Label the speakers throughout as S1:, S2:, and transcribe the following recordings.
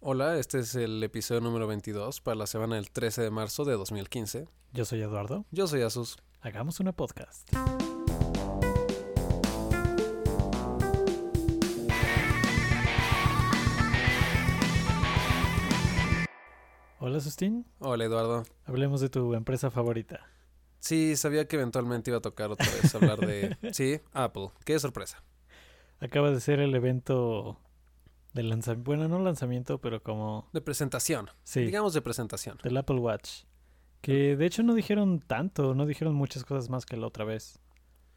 S1: Hola, este es el episodio número 22 para la semana del 13 de marzo de 2015.
S2: Yo soy Eduardo.
S1: Yo soy Asus.
S2: Hagamos una podcast. Hola, Sustín.
S1: Hola, Eduardo.
S2: Hablemos de tu empresa favorita.
S1: Sí, sabía que eventualmente iba a tocar otra vez hablar de... Sí, Apple. Qué sorpresa.
S2: Acaba de ser el evento del lanzamiento. Bueno, no lanzamiento, pero como.
S1: De presentación.
S2: Sí,
S1: Digamos de presentación.
S2: del Apple Watch. Que de hecho no dijeron tanto, no dijeron muchas cosas más que la otra vez.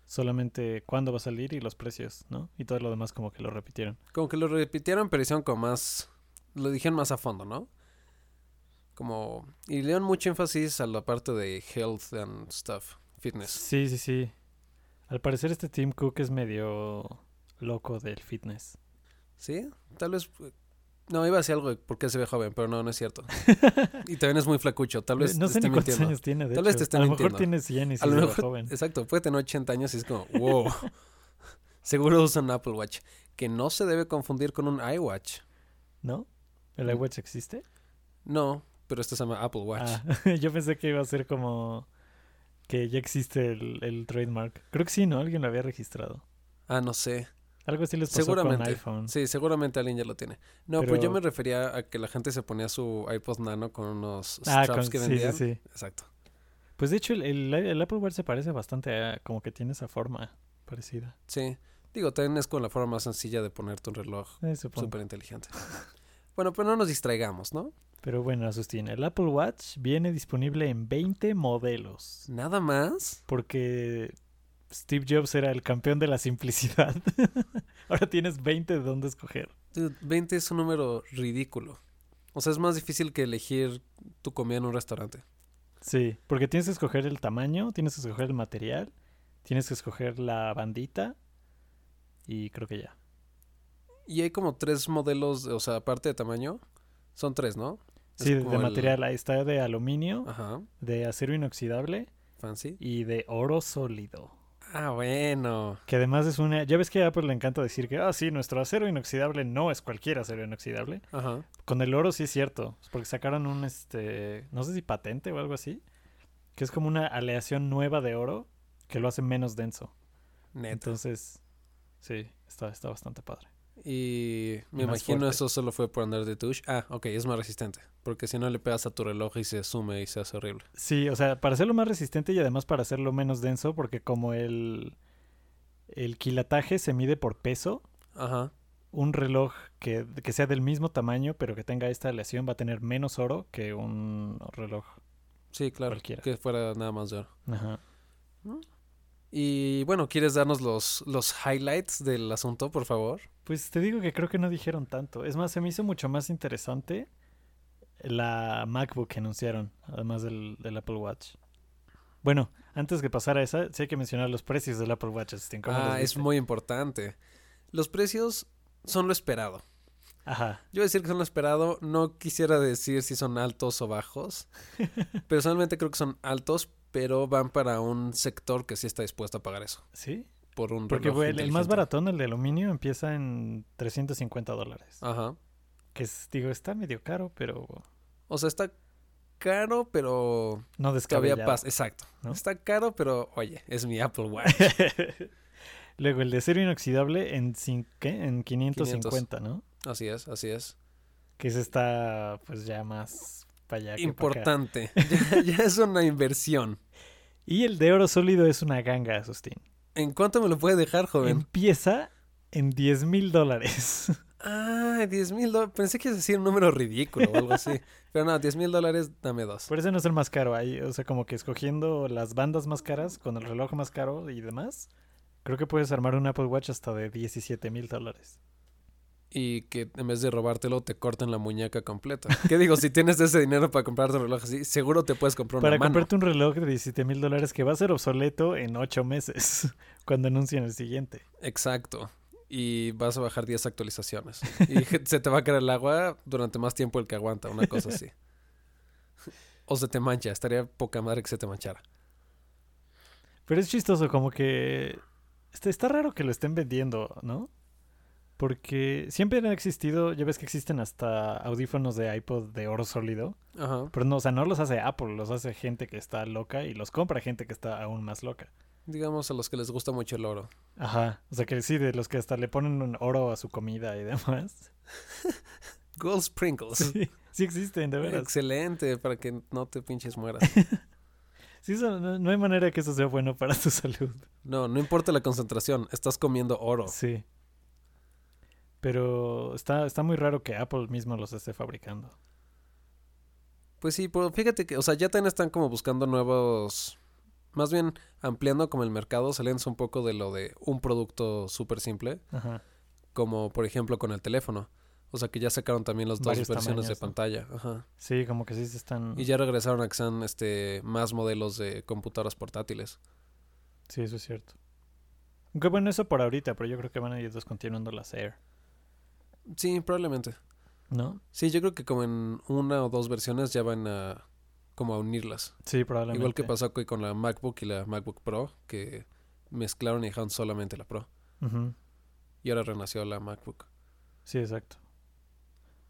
S2: Solamente cuándo va a salir y los precios, ¿no? Y todo lo demás como que lo repitieron.
S1: Como que lo repitieron, pero hicieron con más... Lo dijeron más a fondo, ¿no? Como... Y le dieron mucho énfasis a la parte de health and stuff. Fitness.
S2: Sí, sí, sí. Al parecer este Tim Cook es medio loco del fitness.
S1: ¿Sí? Tal vez... eh, No, iba a decir algo de por qué se ve joven, pero no, no es cierto. y también es muy flacucho. Tal vez
S2: Eh, no
S1: te
S2: sé
S1: esté
S2: ni cuántos
S1: mintiendo.
S2: años tiene, de
S1: Tal vez
S2: hecho.
S1: te esté
S2: A lo mejor
S1: mintiendo.
S2: tiene 100 y
S1: A
S2: se
S1: lo
S2: ve
S1: mejor-
S2: joven.
S1: Exacto, puede tener 80 años y es como, wow. Seguro usa un Apple Watch, que no se debe confundir con un iWatch.
S2: ¿No? ¿El iWatch existe?
S1: No, pero esto se llama Apple Watch.
S2: Ah, yo pensé que iba a ser como que ya existe el, el trademark. Creo que sí, ¿no? Alguien lo había registrado.
S1: Ah, no sé.
S2: Algo así les pasó con
S1: Seguramente.
S2: iPhone.
S1: Sí, seguramente alguien ya lo tiene. No, pues yo
S2: Mm. Pero-
S1: me refería a que la gente se ponía su iPod Nano con unos
S2: Ah,
S1: straps
S2: con-
S1: que
S2: sí, sí,
S1: vendían.
S2: sí.
S1: Exacto.
S2: Pues de hecho el, el- el Apple Watch se parece bastante a como que tiene esa forma parecida.
S1: Sí. Digo, también es con la forma más sencilla de ponerte un reloj
S2: Eh, supongo.
S1: súper inteligente. bueno, pero no nos distraigamos, ¿no?
S2: Pero bueno, Asustín, el Apple Watch viene disponible en 20 modelos.
S1: Nada más.
S2: Porque Steve Jobs era el campeón de la simplicidad. Ahora tienes 20 de dónde escoger.
S1: Dude, 20 es un número ridículo. O sea, es más difícil que elegir tu comida en un restaurante.
S2: Sí, porque tienes que escoger el tamaño, tienes que escoger el material, tienes que escoger la bandita y creo que ya.
S1: Y hay como tres modelos, o sea, aparte de tamaño, son tres, ¿no? Es
S2: Sí, de,
S1: como el- Ah.
S2: material ahí está de aluminio,
S1: Ajá,
S2: de acero inoxidable
S1: fancy.
S2: y de oro sólido.
S1: Ah, bueno.
S2: Que además es una... Ya ves que a Apple le encanta decir que, ah, sí, nuestro acero inoxidable no es cualquier acero inoxidable.
S1: Ajá.
S2: Con el oro sí es cierto, porque sacaron un, este, no sé si patente o algo así, que es como una aleación nueva de oro que lo hace menos denso.
S1: Neto.
S2: Entonces, sí, está, está bastante padre.
S1: Y me
S2: Más
S1: imagino
S2: fuerte.
S1: eso solo fue por andar de touch. Ah, ok, es más resistente. Porque si no le pegas a tu reloj y se sume y se hace horrible.
S2: Sí, o sea, para hacerlo más resistente y además para hacerlo menos denso, porque como el, el quilataje se mide por peso,
S1: Ajá.
S2: un reloj que, que sea del mismo tamaño pero que tenga esta aleación va a tener menos oro que un reloj.
S1: Sí, claro.
S2: Cualquiera.
S1: Que fuera nada más de oro.
S2: Ajá.
S1: Y bueno, ¿quieres darnos los, los highlights del asunto, por favor?
S2: Pues te digo que creo que no dijeron tanto. Es más, se me hizo mucho más interesante la MacBook que anunciaron, además del, del Apple Watch. Bueno, antes que pasar a esa, sí hay que mencionar los precios del Apple Watch. Justin. ¿Cómo los
S1: Ah, es
S2: viste?
S1: muy importante. Los precios son lo esperado.
S2: Ajá.
S1: Yo voy a decir que son lo esperado, no quisiera decir si son altos o bajos. Personalmente creo que son altos, pero van para un sector que sí está dispuesto a pagar eso.
S2: ¿Sí?
S1: Por un
S2: Porque
S1: reloj
S2: güey, el, el más
S1: inteligente.
S2: baratón, el de aluminio, empieza en 350 dólares.
S1: Ajá.
S2: Que es- digo, está medio caro, pero
S1: O sea, está caro, pero
S2: no
S1: todavía
S2: descabellado.
S1: paz. Exacto.
S2: ¿no?
S1: Está caro, pero oye, es mi Apple Watch.
S2: Luego el de acero inoxidable en, cin- ¿qué? en 550, ¿no?
S1: Así es, así es.
S2: Que ese está pues ya más para allá. que pa' acá.
S1: Importante. Ya, ya es una inversión.
S2: Y el de oro sólido es una ganga, Asustín.
S1: ¿En cuánto me lo puede dejar, joven?
S2: Empieza en 10 mil dólares.
S1: Ah, 10 mil dólares. Pensé que iba a decir un número ridículo o algo así. Pero no, 10 mil dólares, dame dos.
S2: Por eso no es el más caro. Ahí, o sea, como que escogiendo las bandas más caras con el reloj más caro y demás, creo que puedes armar un Apple Watch hasta de 17 mil dólares.
S1: Y que en vez de robártelo, te corten la muñeca completa. ¿Qué digo? Si tienes ese dinero para comprarte un reloj así, seguro te puedes comprar una
S2: Para
S1: mano.
S2: comprarte un reloj de 17 mil dólares que va a ser obsoleto en 8 meses, cuando anuncien el siguiente.
S1: Exacto. Y vas a bajar 10 actualizaciones. Y se te va a caer el agua durante más tiempo el que aguanta, una cosa así. O se te mancha, estaría poca madre que se te manchara.
S2: este, Pero es chistoso, como que... Está, está raro que lo estén vendiendo, ¿no? Porque siempre han existido, ya ves que existen hasta audífonos de iPod de oro sólido.
S1: Ajá.
S2: Pero no, o sea, no los hace Apple, los hace gente que está loca y los compra gente que está aún más loca.
S1: Digamos a los que les gusta mucho el oro.
S2: Ajá, o sea que sí, de los que hasta le ponen un oro a su comida y demás.
S1: Gold Sprinkles.
S2: Sí, sí existen, de veras.
S1: Excelente, para que no te pinches mueras.
S2: Sí, eso- no, no hay manera que eso sea bueno para tu salud.
S1: No, no importa la concentración, estás comiendo oro.
S2: Sí. Pero está, está muy raro que Apple mismo los esté fabricando.
S1: Pues sí, pero fíjate que, o sea, ya también están como buscando nuevos, más bien ampliando como el mercado, saliéndose un poco de lo de un producto súper simple,
S2: Ajá.
S1: como por ejemplo con el teléfono. O sea, que ya sacaron también las dos
S2: Varios
S1: versiones de
S2: tamaños, ¿no?
S1: pantalla. Ajá.
S2: Sí, como que sí se están...
S1: Y ya regresaron a que sean este, más modelos de computadoras portátiles.
S2: Sí, eso es cierto. Aunque bueno, eso por ahorita, pero yo creo que van a ir descontinuando las Air.
S1: Sí, probablemente.
S2: ¿No?
S1: Sí, yo creo que como en una o dos versiones ya van a como a unirlas.
S2: Sí, probablemente.
S1: Igual que pasó co- con la MacBook y la MacBook Pro, que mezclaron y dejaron solamente la Pro.
S2: Ujú.
S1: Y ahora renació la MacBook.
S2: Sí, exacto.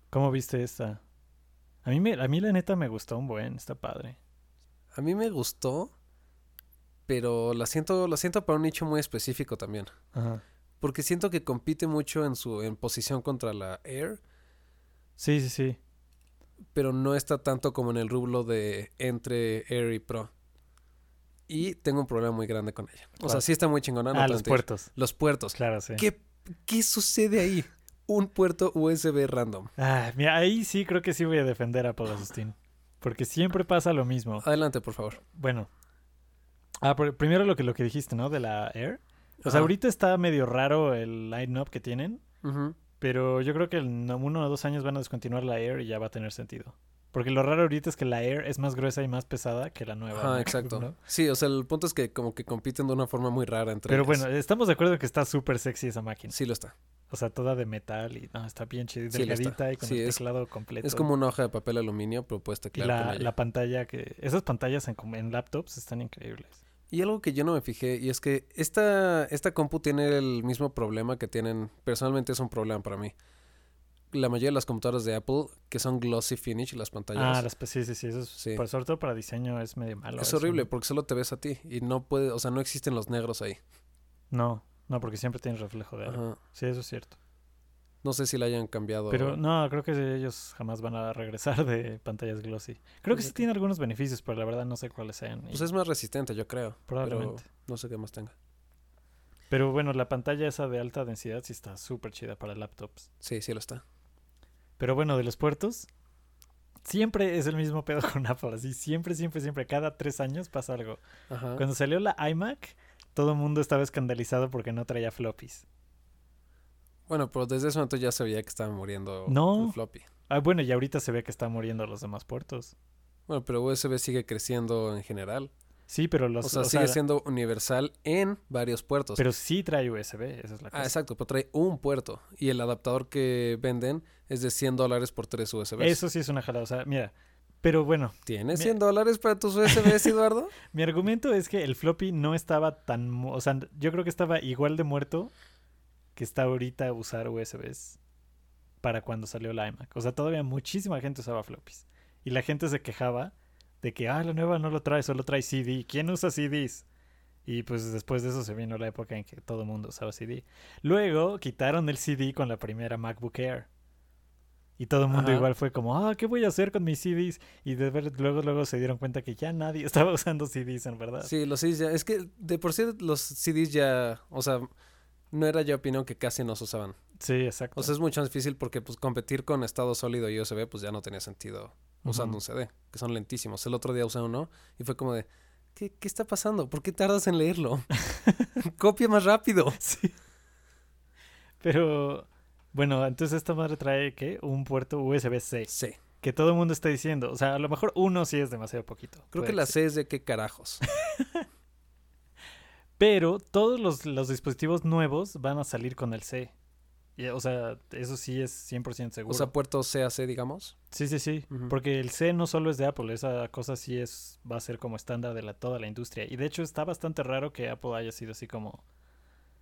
S2: ¿Cómo viste esta? A mí, me, a mí la neta me gustó un buen, está padre.
S1: A mí me gustó, pero la siento, la siento para un nicho muy específico también.
S2: Ajá.
S1: Porque siento que compite mucho en su en posición contra la Air,
S2: Sí, sí, sí.
S1: pero no está tanto como en el rublo de entre Air y Pro. Y tengo un problema muy grande con ella. O sea,
S2: ¿Cuál?
S1: sí está muy chingona. no
S2: ah,
S1: te
S2: los
S1: voy a mentir.
S2: puertos.
S1: Los puertos.
S2: Claro, sí.
S1: ¿Qué, ¿Qué sucede ahí? Un puerto USB random.
S2: Ah, mira, ahí sí creo que sí voy a defender a Paul Asustín. Porque siempre pasa lo mismo.
S1: Adelante, por favor.
S2: Bueno. Ah, pr- primero lo que, lo que dijiste, ¿no? De la Air. O sea,
S1: Ajá.
S2: ahorita está medio raro el line-up que tienen.
S1: Ujú.
S2: Pero yo creo que en uno o dos años van a descontinuar la Air y ya va a tener sentido. Porque lo raro ahorita es que la Air es más gruesa y más pesada que la nueva.
S1: Ajá,
S2: ¿no?
S1: exacto.
S2: ¿No?
S1: Sí, o sea, el punto es que como que compiten de una forma muy rara entre
S2: Pero
S1: ellas.
S2: bueno, eh, estamos de acuerdo que está súper sexy esa máquina.
S1: Sí lo está.
S2: O sea, toda de metal y no, está bien chida, y
S1: Sí, lo está.
S2: delgadita y con
S1: Sí,
S2: el
S1: es-
S2: teclado completo.
S1: Es como una hoja de papel aluminio, pero puedes
S2: y
S1: teclear con
S2: la,
S1: ella.
S2: la pantalla que... Esas pantallas en, com- en laptops están increíbles.
S1: Y algo que yo no me fijé, y es que esta, esta compu tiene el mismo problema que tienen, personalmente es un problema para mí. La mayoría de las computadoras de Apple, que son glossy finish, las pantallas.
S2: Ah, las, sí, sí, sí. Eso es,
S1: Sí.
S2: Por sobre todo para diseño es medio malo.
S1: es
S2: eso,
S1: horrible
S2: ¿no?
S1: porque solo te ves a ti y no puede, o sea, no existen los negros ahí.
S2: No, no, porque siempre tienes reflejo de algo.
S1: Ajá.
S2: Sí, eso es cierto.
S1: No sé si la hayan cambiado.
S2: Pero no, creo que ellos jamás van a regresar de pantallas glossy. Creo que sí
S1: Exacto.
S2: tiene algunos beneficios, pero la verdad no sé cuáles sean. y
S1: Pues es más resistente, yo creo. Pero
S2: probablemente. Pero...
S1: no sé qué más tenga.
S2: bueno, la pantalla esa de alta densidad sí está súper chida para laptops.
S1: Sí, sí lo está.
S2: Pero bueno, de los puertos, siempre es el mismo pedo con Apple. Así, siempre, siempre, siempre. Cada tres años pasa algo.
S1: Ajá.
S2: Cuando salió la iMac, todo el mundo estaba escandalizado porque no traía floppies.
S1: Bueno, pero desde ese momento ya se veía que estaba muriendo
S2: No.
S1: el floppy.
S2: Ah, bueno, y ahorita se ve que está muriendo los demás puertos.
S1: Bueno, pero USB sigue creciendo en general.
S2: Sí, pero los.
S1: o sea,
S2: o
S1: sigue
S2: sea,
S1: siendo universal en varios puertos.
S2: Pero sí trae USB, esa es la cosa.
S1: ah, exacto, pero trae un puerto. Y el adaptador que venden es de 100 dólares por tres USBs.
S2: Eso sí es una jalada. O sea, mira. Pero bueno,
S1: ¿Tienes
S2: Mi-
S1: 100 dólares para tus USBs, Eduardo?
S2: mi argumento es que el floppy no estaba tan. mu- O sea, yo creo que estaba igual de muerto que está ahorita usar USBs para cuando salió la iMac. O sea, todavía muchísima gente usaba floppies. Y la gente se quejaba de que, ah, la nueva no lo trae, solo trae CD. ¿Quién usa CDs? Y pues después de eso se vino la época en que todo el mundo usaba CD. Luego quitaron el CD con la primera MacBook Air. Y todo el mundo
S1: Ajá.
S2: igual fue como, ah, ¿qué voy a hacer con mis CDs? Y de ver, luego, luego se dieron cuenta que ya nadie estaba usando CDs, en verdad.
S1: sí, los CDs ya. Es que de por sí los CDs ya. O sea, no era yo opinión que casi no se usaban.
S2: Sí, exacto.
S1: O sea, es mucho más difícil porque pues competir con estado sólido y USB pues ya no tenía sentido usando
S2: Ujú.
S1: un CD, que son lentísimos. El otro día usé uno y fue como de, ¿qué, qué está pasando? ¿Por qué tardas en leerlo? Copia más rápido.
S2: Sí. Pero bueno, entonces esta madre trae ¿qué? Un puerto USB-C.
S1: Sí,
S2: Que todo el mundo está diciendo. O sea, a lo mejor uno sí es demasiado poquito.
S1: creo
S2: puede
S1: que la
S2: ser.
S1: C es de qué carajos.
S2: Pero todos los, los dispositivos nuevos van a salir con el C. Y, o sea, eso sí es 100% seguro.
S1: O sea, puerto CAC, digamos.
S2: sí, sí, sí.
S1: Ujú.
S2: Porque el C no solo es de Apple. Esa cosa sí es va a ser como estándar de la, toda la industria. Y de hecho está bastante raro que Apple haya sido así como...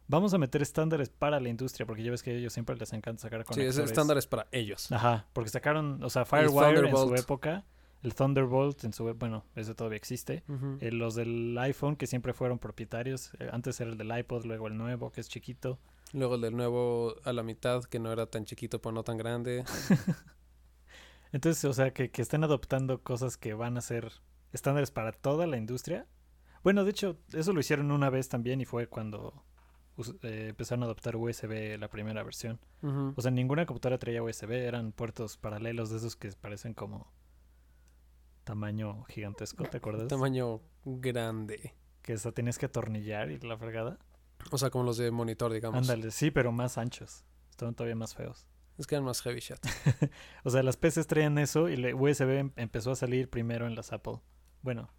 S2: Vamos a meter estándares para la industria, porque ya ves que a ellos siempre les encanta sacar
S1: Sí,
S2: conectores. Ah.
S1: ese estándar es para ellos.
S2: Ajá, porque sacaron, o sea, Firewire en su
S1: Thunderbolt.
S2: época, el Thunderbolt en su, e, bueno, ese todavía existe.
S1: Ujú.
S2: Eh, los del iPhone que siempre fueron propietarios, eh, antes era el del iPod, luego el nuevo que es chiquito.
S1: Luego el del nuevo a la mitad, que no era tan chiquito, pero no tan grande.
S2: Entonces, o sea, que, que estén adoptando cosas que van a ser estándares para toda la industria. Bueno, de hecho, eso lo hicieron una vez también y fue cuando us- eh, empezaron a adoptar USB la primera versión.
S1: Ujú.
S2: O sea, ninguna computadora traía USB, eran puertos paralelos de esos que parecen como tamaño gigantesco, ¿te acuerdas?
S1: Tamaño grande.
S2: que esa tenías que atornillar y la fregada.
S1: O sea, como los de monitor, digamos.
S2: Ándale, sí, pero más anchos. Estaban todavía más feos.
S1: Es que eran más heavy shot.
S2: O sea, las PCs traían eso y la USB em- empezó a salir primero en las Apple. Bueno,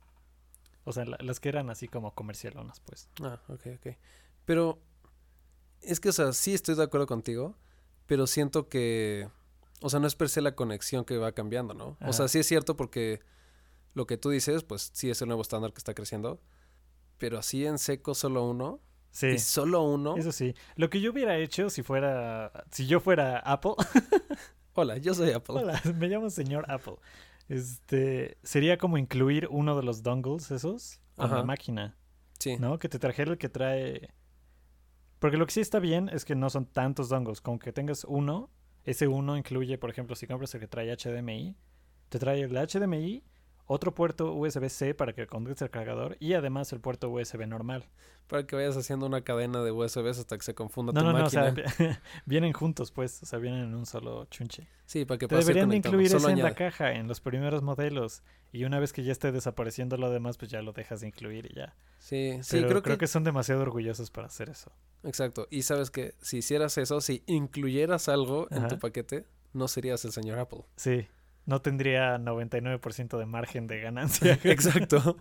S2: o sea, la- las que eran así como comercialonas, pues.
S1: Ah, ok, ok. Pero es que, o sea, sí estoy de acuerdo contigo, pero siento que, o sea, no es per se la conexión que va cambiando, ¿no? O
S2: Ajá.
S1: sea, sí es cierto porque lo que tú dices, pues sí es el nuevo estándar que está creciendo, pero así en seco solo uno,
S2: Sí,
S1: y solo uno.
S2: eso sí. Lo que yo hubiera hecho si fuera, si yo fuera Apple,
S1: Hola, yo soy Apple.
S2: hola, me llamo señor Apple, este, sería como incluir uno de los dongles esos con la
S1: Ajá.
S2: máquina.
S1: Sí,
S2: ¿no? Que te trajera el que trae. Porque lo que sí está bien es que no son tantos dongles. Con que tengas uno, ese uno incluye, por ejemplo, si compras el que trae HDMI, te trae el HDMI, otro puerto USB-C para que conectes el cargador y además el puerto USB normal.
S1: para que vayas haciendo una cadena de USBs hasta que se confunda
S2: No,
S1: tu
S2: no, no, o
S1: máquina.
S2: sea, vienen juntos, pues, o sea, vienen en un solo chunche.
S1: sí, para que
S2: Te
S1: puedas ir
S2: deberían de
S1: conectando,
S2: incluir eso
S1: solo
S2: en la
S1: añade.
S2: caja, en los primeros modelos. Y una vez que ya esté desapareciendo lo demás, pues ya lo dejas de incluir y ya.
S1: Sí, sí,
S2: Pero
S1: creo, que
S2: son demasiado orgullosos para hacer eso.
S1: Exacto. Y sabes que si hicieras eso, si incluyeras algo en
S2: Ajá.
S1: tu paquete, no serías el señor Apple.
S2: Sí, no tendría 99% de margen de ganancia.
S1: Exacto.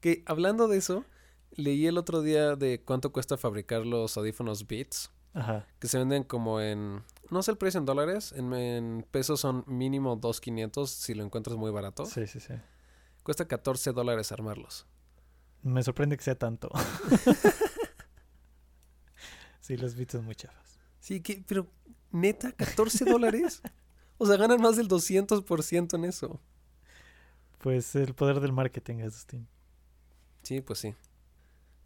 S1: que hablando de eso, leí el otro día de cuánto cuesta fabricar los audífonos Beats,
S2: Ajá.
S1: que se venden como en, no sé el precio en dólares, en, en pesos son mínimo 2.500 si lo encuentras muy barato.
S2: Sí, sí, sí.
S1: Cuesta 14 dólares armarlos.
S2: Me sorprende que sea tanto. sí, los beats son muy chafas.
S1: Sí, que, pero neta, 14 dólares. O sea, ganan más del 200% en eso.
S2: Pues el poder del marketing, Justin.
S1: Sí, pues sí.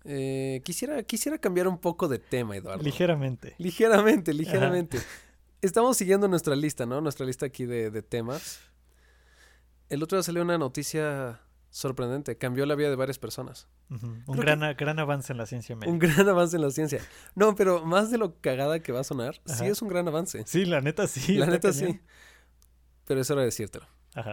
S1: Eh, quisiera, quisiera cambiar un poco de tema, Eduardo.
S2: Ligeramente.
S1: ligeramente, ligeramente. Estamos siguiendo nuestra lista, ¿no? Nuestra lista aquí de, de temas. El otro día salió una noticia sorprendente. Cambió la vida de varias personas.
S2: Ujú. Un
S1: Creo que-
S2: gran, gran avance en la ciencia médica.
S1: Un gran avance en la ciencia. No, pero más de lo cagada que va a sonar,
S2: Ajá.
S1: sí es un gran avance.
S2: Sí, la neta sí.
S1: la
S2: está
S1: neta sí.
S2: cañón.
S1: Pero es hora de decírtelo.
S2: Ajá.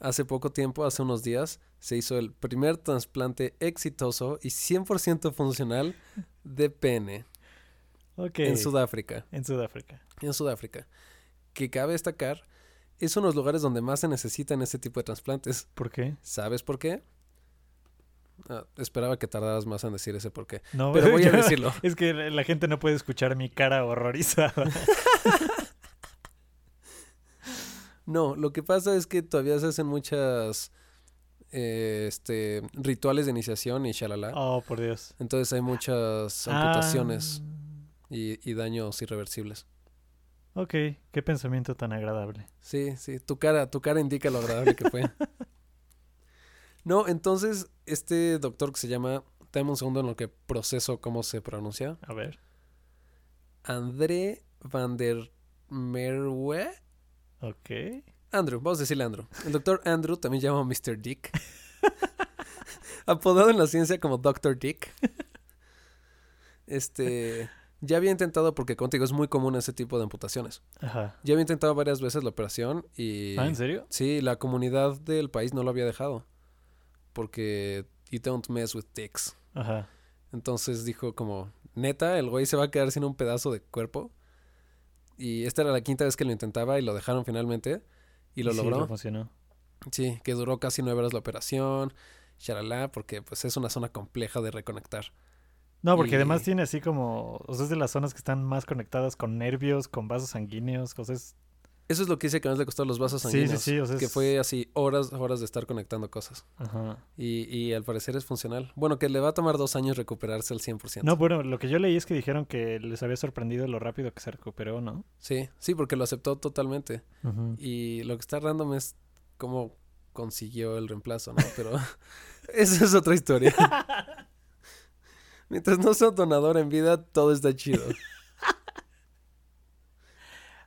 S1: Hace poco tiempo, hace unos días, se hizo el primer trasplante exitoso y 100% funcional de pene
S2: Ok.
S1: en Sudáfrica.
S2: En Sudáfrica.
S1: en Sudáfrica, que cabe destacar, es uno de los lugares donde más se necesitan este tipo de trasplantes.
S2: ¿Por qué?
S1: ¿Sabes por qué? Ah, esperaba que tardaras más en decir ese por qué.
S2: No,
S1: Pero voy a
S2: yo-
S1: decirlo.
S2: Es que la la gente no puede escuchar mi cara horrorizada.
S1: No, lo que pasa es que todavía se hacen muchas eh, este, rituales de iniciación y shalala.
S2: Oh, por Dios.
S1: Entonces hay muchas amputaciones
S2: Ah.
S1: y, y daños irreversibles.
S2: Ok, qué pensamiento tan agradable.
S1: Sí, sí, tu cara, tu cara indica lo agradable que fue. No, entonces, este doctor que se llama, dame un segundo en lo que proceso cómo se pronuncia,
S2: A ver.
S1: André van der Merwe.
S2: Ok.
S1: Andrew, vamos a decirle Andrew. El doctor Andrew, también llamado Mr. Dick, apodado en la ciencia como Dr. Dick. Este, ya había intentado, porque contigo es muy común ese tipo de amputaciones.
S2: Ajá.
S1: Ya había intentado varias veces la operación y...
S2: Ah, ¿en serio?
S1: Sí, la comunidad del país no lo había dejado. Porque you don't mess with dicks.
S2: Ajá.
S1: Entonces dijo como, neta, el güey se va a quedar sin un pedazo de cuerpo. Y esta era la quinta vez que lo intentaba y lo dejaron finalmente. Y lo
S2: Sí,
S1: logró.
S2: funcionó.
S1: Sí, que duró casi nueve horas la operación. Shalala, porque pues es una zona compleja de reconectar.
S2: No, porque
S1: Y-
S2: además tiene así como. O sea, es de las zonas que están más conectadas con nervios, con vasos sanguíneos, cosas.
S1: Eso es lo que hice que más le costó los vasos
S2: Sí,
S1: sanguíneos.
S2: sí, sí, o sea,
S1: que
S2: es-
S1: fue así horas, horas de estar conectando cosas.
S2: Ajá.
S1: Y, y al parecer es funcional. Bueno, que le va a tomar dos años recuperarse al 100%.
S2: No, bueno, lo que yo leí es que dijeron que les había sorprendido lo rápido que se recuperó, ¿no?
S1: Sí, sí, porque lo aceptó totalmente.
S2: Ujú.
S1: Y lo que está random es cómo consiguió el reemplazo, ¿no? Pero esa es otra historia. Mientras no sea donador en vida, todo está chido.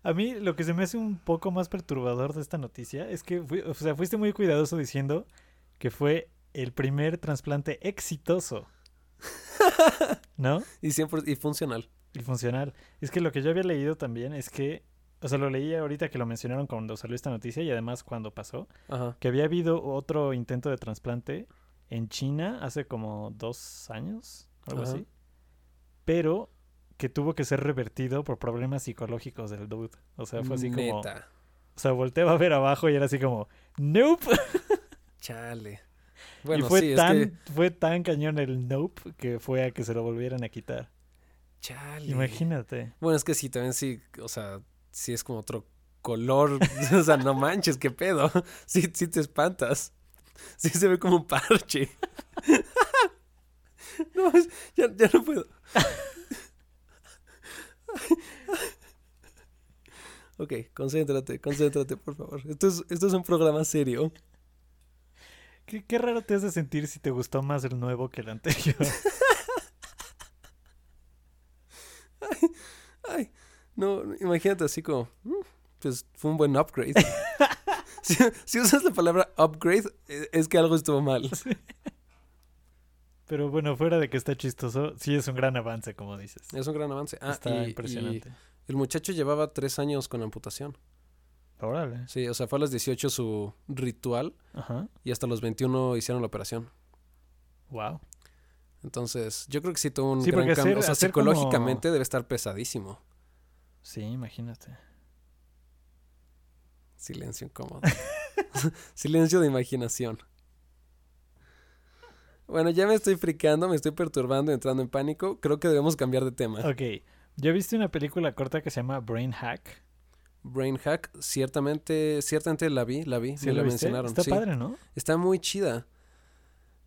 S2: A mí lo que se me hace un poco más perturbador de esta noticia es que fui- o sea, fuiste muy cuidadoso diciendo que fue el primer trasplante exitoso. ¿No?
S1: Y, 100% y funcional.
S2: Y funcional. Es que lo que yo había leído también es que, o sea, lo leí ahorita que lo mencionaron cuando salió esta noticia y además cuando pasó,
S1: Ajá.
S2: que había habido otro intento de trasplante en China hace como dos años, algo
S1: Ajá.
S2: así, pero que tuvo que ser revertido por problemas psicológicos del dude. O sea, fue así como...
S1: Neta.
S2: O sea, volteaba a ver abajo y era así como, nope.
S1: Chale. Bueno,
S2: y fue,
S1: sí,
S2: tan,
S1: es que.
S2: fue tan cañón el nope que fue a que se lo volvieran a quitar.
S1: Chale.
S2: Imagínate.
S1: Bueno, es que sí, también sí, o sea, sí es como otro color. o sea, no manches, qué pedo. Sí, sí te espantas. Sí se ve como un parche. no, es- ya, ya no puedo. ok, concéntrate, concéntrate, por favor. Esto es, esto es un programa serio.
S2: ¿Qué, qué raro te hace sentir si te gustó más el nuevo que el anterior.
S1: Ay, no, imagínate así como, "Mm, pues fue un buen upgrade. si, si usas la palabra upgrade, eh, es que algo estuvo mal.
S2: Pero bueno, fuera de que está chistoso, sí es un gran avance, como dices.
S1: Es un gran avance. Ah,
S2: está
S1: y-
S2: impresionante.
S1: y el muchacho llevaba tres años con amputación.
S2: Órale.
S1: Sí, o sea, fue a los 18 su ritual
S2: Ajá.
S1: y hasta los 21 hicieron la operación.
S2: Wow.
S1: Entonces, yo creo que sí tuvo un
S2: Sí,
S1: gran
S2: porque hacer-
S1: cambio. O sea,
S2: hacer como-
S1: psicológicamente debe estar pesadísimo.
S2: Sí, imagínate.
S1: Silencio incómodo. Silencio de imaginación. Bueno, ya me estoy fricando, me estoy perturbando, entrando en pánico. Creo que debemos cambiar de tema.
S2: Ok. Yo viste una película corta que se llama Brain Hack.
S1: Brain Hack, ciertamente, ciertamente la vi, la vi,
S2: ¿Sí
S1: me
S2: la
S1: la
S2: viste?
S1: mencionaron.
S2: Está
S1: sí.
S2: padre, ¿no?
S1: Está muy chida.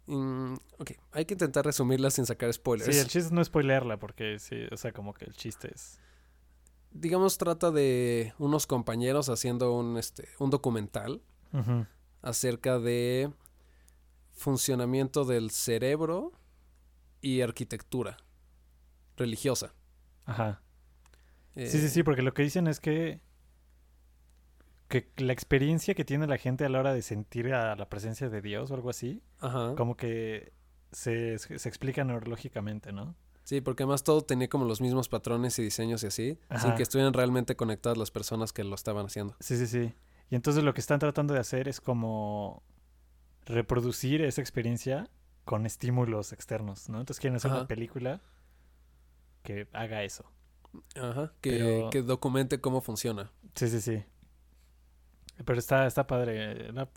S1: Mm, ok, hay que intentar resumirla sin sacar spoilers.
S2: Sí, el chiste es no spoilearla porque sí, o sea, como que el chiste es.
S1: Digamos, trata de unos compañeros haciendo un, este, un documental
S2: Ujú.
S1: acerca de funcionamiento del cerebro y arquitectura religiosa.
S2: Ajá.
S1: Eh,
S2: Sí, sí, sí, porque lo que dicen es que, que la experiencia que tiene la gente a la hora de sentir a la presencia de Dios o algo así,
S1: Ajá.
S2: como que se, se explica neurológicamente, ¿no?
S1: Sí, porque además todo tenía como los mismos patrones y diseños y así, sin
S2: Ajá.
S1: que estuvieran realmente conectadas las personas que lo estaban haciendo.
S2: Sí, sí, sí. Y entonces lo que están tratando de hacer es como reproducir esa experiencia con estímulos externos, ¿no? Entonces quieren hacer
S1: Ajá.
S2: una película que haga eso.
S1: Ajá. Que,
S2: Pero-
S1: que documente cómo funciona.
S2: Sí, sí, sí. Pero está, está padre. eh, la-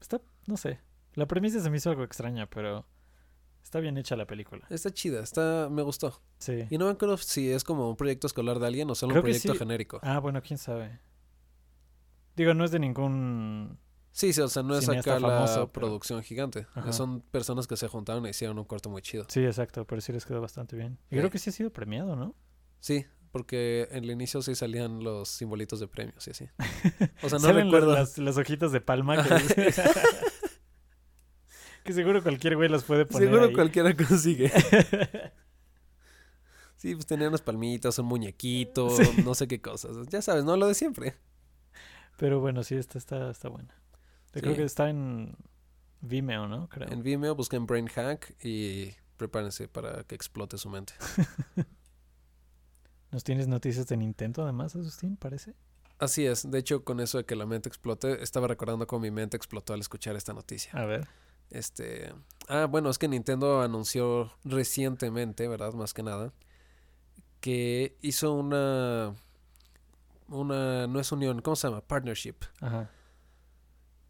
S2: Está, no sé. La premisa se me hizo algo extraña, pero está bien hecha la película.
S1: Está chida, está, me gustó.
S2: Sí.
S1: Y no me acuerdo si es como un proyecto escolar de alguien o solo
S2: Creo
S1: un
S2: que
S1: proyecto
S2: sí.
S1: genérico.
S2: Ah, bueno, quién sabe. Digo, no es de ningún.
S1: Sí, sí, o sea, no es
S2: Cineasta
S1: acá la
S2: famoso, pero-
S1: producción gigante.
S2: Ajá.
S1: Son personas que se juntaron e hicieron un corto muy chido.
S2: Sí, exacto, pero sí les quedó bastante bien. Y
S1: Sí.
S2: creo que sí ha sido premiado, ¿no?
S1: Sí, porque en el inicio sí salían los simbolitos de premios y así. O sea, no
S2: ¿Saben lo-
S1: recuerdo.
S2: las, las hojitas de palma? Que, que seguro cualquier güey las puede poner.
S1: Seguro
S2: ahí.
S1: cualquiera consigue. Sí, pues tenían unas palmitas, un muñequito, no sé qué cosas. Ya sabes, ¿no? Lo de siempre.
S2: Pero bueno, sí, esta está, está buena.
S1: Sí.
S2: Yo Creo que está en Vimeo, ¿no? Creo.
S1: En Vimeo busquen Brain Hack y prepárense para que explote su mente.
S2: ¿Nos tienes noticias de Nintendo además, Agustín, parece?
S1: Así es, de hecho, con eso de que la mente explote, estaba recordando cómo mi mente explotó al escuchar esta noticia.
S2: A ver.
S1: Este. Ah, bueno, es que Nintendo anunció recientemente, ¿verdad? Más que nada. Que hizo una. Una. No es unión, ¿cómo se llama? Partnership.
S2: Ajá.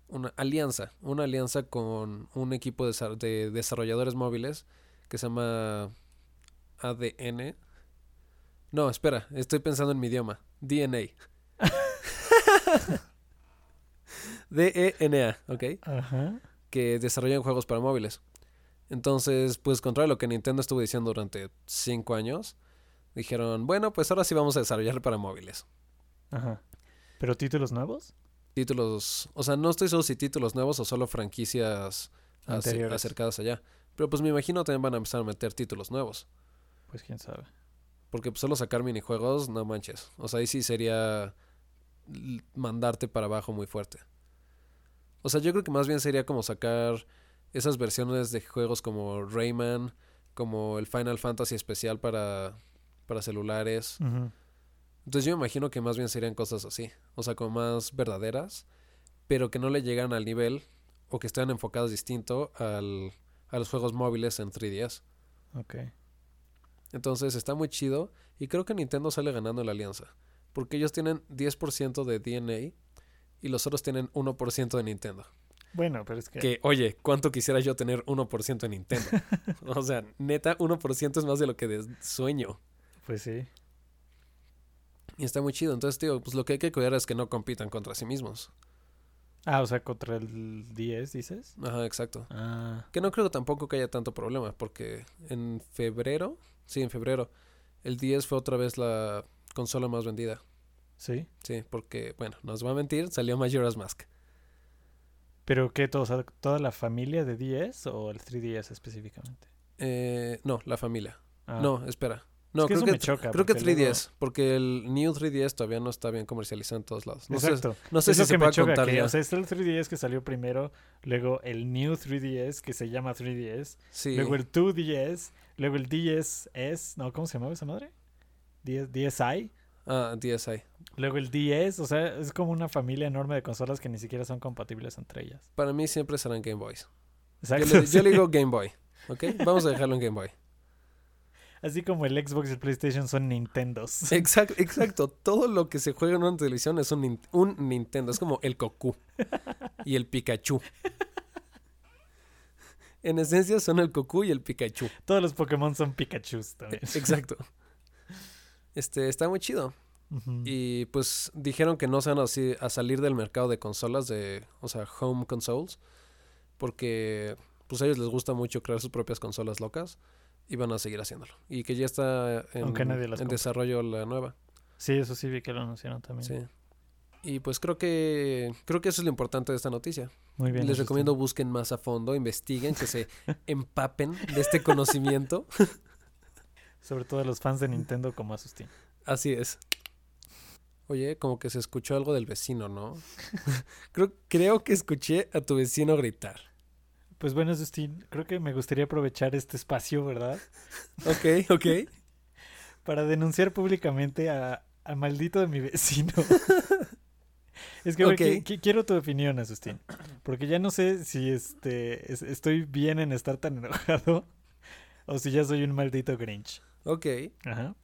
S1: Una alianza. Una alianza con un equipo de, desa- de desarrolladores móviles que se llama. ADN. No, espera, estoy pensando en mi idioma. DNA. DENA, E ¿ok?
S2: Ajá.
S1: Que desarrollan juegos para móviles. Entonces, pues contra lo que Nintendo estuvo diciendo durante cinco años, dijeron, bueno, pues ahora sí vamos a desarrollar para móviles.
S2: Ajá. ¿Pero títulos nuevos?
S1: Títulos, o sea, no estoy seguro si títulos nuevos o solo franquicias ace-
S2: Anteriores.
S1: acercadas allá. Pero pues me imagino también van a empezar a meter títulos nuevos.
S2: Pues quién sabe.
S1: Porque pues, solo sacar minijuegos, no manches. O sea, ahí sí sería l- mandarte para abajo muy fuerte. O sea, yo creo que más bien sería como sacar esas versiones de juegos como Rayman, como el Final Fantasy especial para, para celulares.
S2: Ujú.
S1: Entonces yo me imagino que más bien serían cosas así. O sea, como más verdaderas, pero que no le llegan al nivel o que estén enfocadas distinto al, a los juegos móviles en 3DS.
S2: Ok.
S1: Entonces está muy chido y creo que Nintendo sale ganando en la alianza. Porque ellos tienen 10% de DNA y los otros tienen 1% de Nintendo.
S2: Bueno, pero es que...
S1: Que, oye, ¿cuánto quisiera yo tener 1% de Nintendo? o sea, neta, 1% es más de lo que des- sueño.
S2: Pues sí.
S1: Y está muy chido. Entonces, tío, pues lo que hay que cuidar es que no compitan contra sí mismos.
S2: Ah, o sea, contra el 10, dices.
S1: Ajá, exacto.
S2: Ah,
S1: Que no creo tampoco que haya tanto problema, porque en febrero, sí, en febrero, el 10 fue otra vez la consola más vendida.
S2: sí.
S1: Sí, porque, bueno, nos va a mentir, salió Majora's Mask.
S2: ¿Pero qué? Todo, o sea, ¿Toda la familia de 10 o el 3DS específicamente?
S1: Eh, no, la familia.
S2: Ah,
S1: No, espera. No,
S2: es que
S1: creo,
S2: eso
S1: que,
S2: me choca.
S1: creo que
S2: porque luego-
S1: 3DS, porque el New 3DS todavía no está bien comercializado en todos lados. No sé,
S2: Exacto.
S1: no sé
S2: es
S1: si
S2: lo
S1: se
S2: que me
S1: puede
S2: choca,
S1: contar
S2: que,
S1: ya.
S2: o sea, está el 3DS que salió primero, luego el New 3DS que se llama 3DS,
S1: Sí,
S2: luego el 2DS, luego el DSS, no, ¿cómo se llamaba esa madre? 10 DSi,
S1: ah, DSi.
S2: luego el DS, o sea, es como una familia enorme de consolas que ni siquiera son compatibles entre ellas.
S1: Para mí siempre serán Game Boys. Yo
S2: Exacto.
S1: le, yo
S2: sí.
S1: le digo Game Boy, ¿ok? Vamos a dejarlo en Game Boy.
S2: Así como el Xbox y el PlayStation son Nintendos.
S1: Exacto, exacto. Todo lo que se juega en una televisión es un, nin- un Nintendo. Es como el Goku y el Pikachu. En esencia son el Goku y el Pikachu.
S2: Todos los Pokémon son Pikachu también.
S1: Exacto. Este, está muy chido.
S2: Ujú.
S1: Y pues dijeron que no se van a, si- a salir del mercado de consolas, de, o sea, home consoles, porque pues a ellos les gusta mucho crear sus propias consolas locas y van a seguir haciéndolo. Y que ya está en,
S2: Aunque nadie las
S1: en
S2: compre.
S1: desarrollo la nueva.
S2: Sí, eso sí vi que lo anunciaron también.
S1: Sí. Y pues creo que creo que eso es lo importante de esta noticia.
S2: Muy bien.
S1: Les
S2: eso
S1: recomiendo busquen más a fondo, investiguen, que se empapen de este conocimiento.
S2: está. Sobre todo a los fans de Nintendo como Asustín.
S1: Así es. Oye, como que se escuchó algo del vecino, ¿no? creo, creo que escuché a tu vecino gritar.
S2: Pues bueno, Justin, creo que me gustaría aprovechar este espacio, ¿verdad?
S1: Ok, ok.
S2: Para denunciar públicamente a, a maldito de mi vecino. es que, güey,
S1: Ok.
S2: qui- qui- quiero tu opinión, Asustín. Porque ya no sé si este es- estoy bien en estar tan enojado o si ya soy un maldito Grinch.
S1: Ok.
S2: Ajá.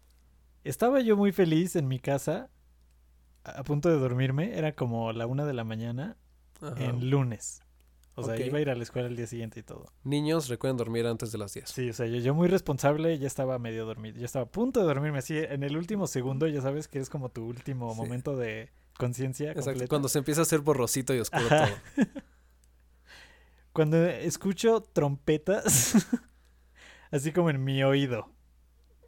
S2: Estaba yo muy feliz en mi casa, a a punto de dormirme. Era como la una de la mañana
S1: Ajá.
S2: en lunes. O sea,
S1: Ok.
S2: iba a ir a la escuela el día siguiente y todo.
S1: Niños, recuerden dormir antes de las 10.
S2: Sí, o sea, yo, yo muy responsable, ya estaba medio dormido, ya estaba a punto de dormirme así en el último segundo, ya sabes que es como tu último
S1: Sí.
S2: momento de conciencia.
S1: Exacto.
S2: completa.
S1: Cuando se empieza a hacer borrosito y oscuro
S2: Ajá.
S1: todo.
S2: Cuando escucho trompetas, así como en mi oído,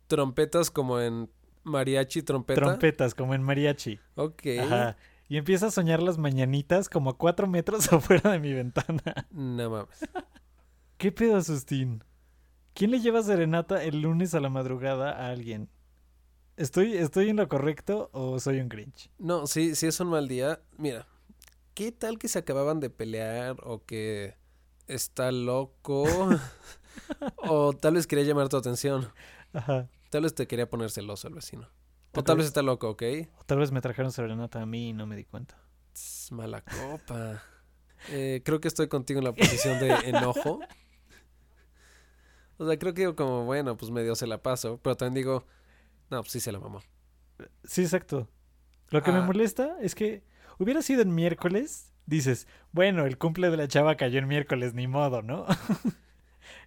S1: Trompetas como en mariachi, trompeta.
S2: trompetas como en mariachi.
S1: Ok.
S2: Ajá. Y empiezo a soñar las mañanitas como a cuatro metros afuera de mi ventana.
S1: No mames.
S2: ¿Qué pedo, Asustín? ¿Quién le lleva serenata el lunes a la madrugada a alguien? ¿Estoy, estoy en lo correcto o soy un Grinch?
S1: No, sí, sí es un mal día. Mira, ¿qué tal que se acababan de pelear o que está loco? o tal vez quería llamar tu atención.
S2: Ajá.
S1: Tal vez te quería poner celoso el vecino. O
S2: Ok.
S1: tal vez está loco, ¿ok?
S2: O tal vez me trajeron serenata a mí y no me di cuenta.
S1: Tss, Mala copa. Eh, creo que estoy contigo en la posición de enojo. O sea, creo que digo como, bueno, pues medio se la paso. Pero también digo, no, pues sí se la mamó.
S2: Sí, exacto. Lo que me
S1: Ah.
S2: molesta es que hubiera sido en miércoles, dices, bueno, el cumple de la chava cayó en miércoles, ni modo, ¿no?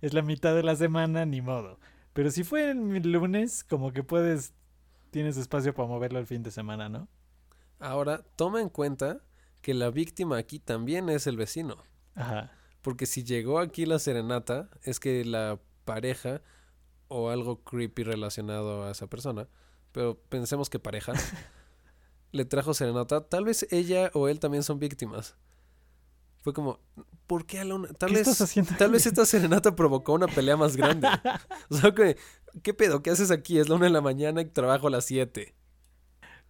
S2: es la mitad de la semana, ni modo. Pero si fue en lunes, como que puedes, tienes espacio para moverlo el fin de semana, ¿no?
S1: Ahora, toma en cuenta que la víctima aquí también es el vecino.
S2: Ajá.
S1: Porque si llegó aquí la serenata, es que la pareja o algo creepy relacionado a esa persona, pero pensemos que pareja, le trajo serenata. Tal vez ella o él también son víctimas. Fue como, ¿por qué a la una? Tal,
S2: ¿Qué
S1: vez,
S2: estás haciendo
S1: tal
S2: aquí?
S1: vez esta serenata provocó una pelea más grande. o sea, que, ¿qué pedo? ¿Qué haces aquí? Es la una de la mañana y trabajo a las siete.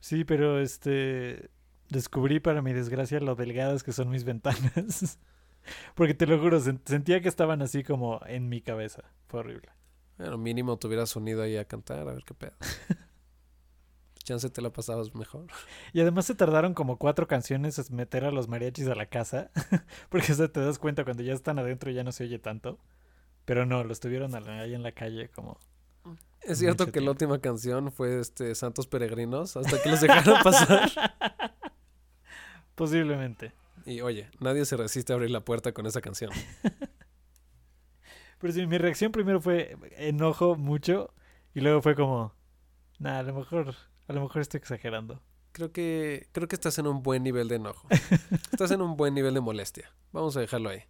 S2: Sí, pero este. Descubrí para mi desgracia lo delgadas que son mis ventanas. Porque te lo juro, sen- sentía que estaban así como en mi cabeza. Fue horrible.
S1: Bueno, mínimo te hubieras unido ahí a cantar, a ver qué pedo. Chance te la pasabas mejor.
S2: Y además se tardaron como cuatro canciones en meter a los mariachis a la casa. Porque o sea, te das cuenta cuando ya están adentro ya no se oye tanto. Pero no, los tuvieron al- ahí en la calle como...
S1: Es cierto
S2: Mucho
S1: que la última canción fue este Santos Peregrinos, hasta que los dejaron pasar.
S2: Posiblemente.
S1: Y oye, nadie se resiste a abrir la puerta con esa canción.
S2: Pero sí, mi reacción primero fue enojo mucho. Y luego fue como... Nah, a lo mejor... A lo mejor estoy exagerando.
S1: Creo que, creo que estás en un buen nivel de enojo. Estás en un buen nivel de molestia. Vamos a dejarlo ahí.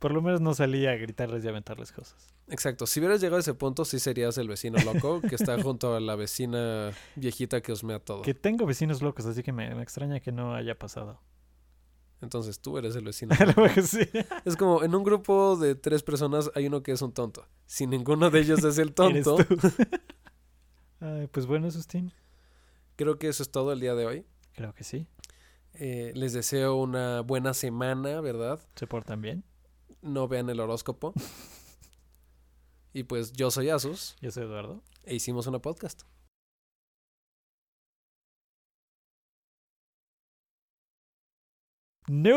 S2: Por lo menos no salí a gritarles y aventarles cosas.
S1: Exacto. Si hubieras llegado a ese punto, sí serías el vecino loco que está junto a la vecina viejita que osmea todo.
S2: Que tengo vecinos locos, así que me, me extraña que no haya pasado.
S1: Entonces tú eres el vecino.
S2: A lo mejor sí.
S1: Es como en un grupo de tres personas hay uno que es un tonto. Si ninguno de ellos es el
S2: Eres
S1: tonto,
S2: tú. Ay, pues bueno, Sustin.
S1: creo que eso es todo el día de hoy.
S2: Creo que sí.
S1: Eh, les deseo una buena semana, ¿verdad?
S2: Se portan bien.
S1: No vean el horóscopo. Y pues yo soy Asus
S2: Yo soy Eduardo.
S1: e hicimos una podcast.
S2: Nope.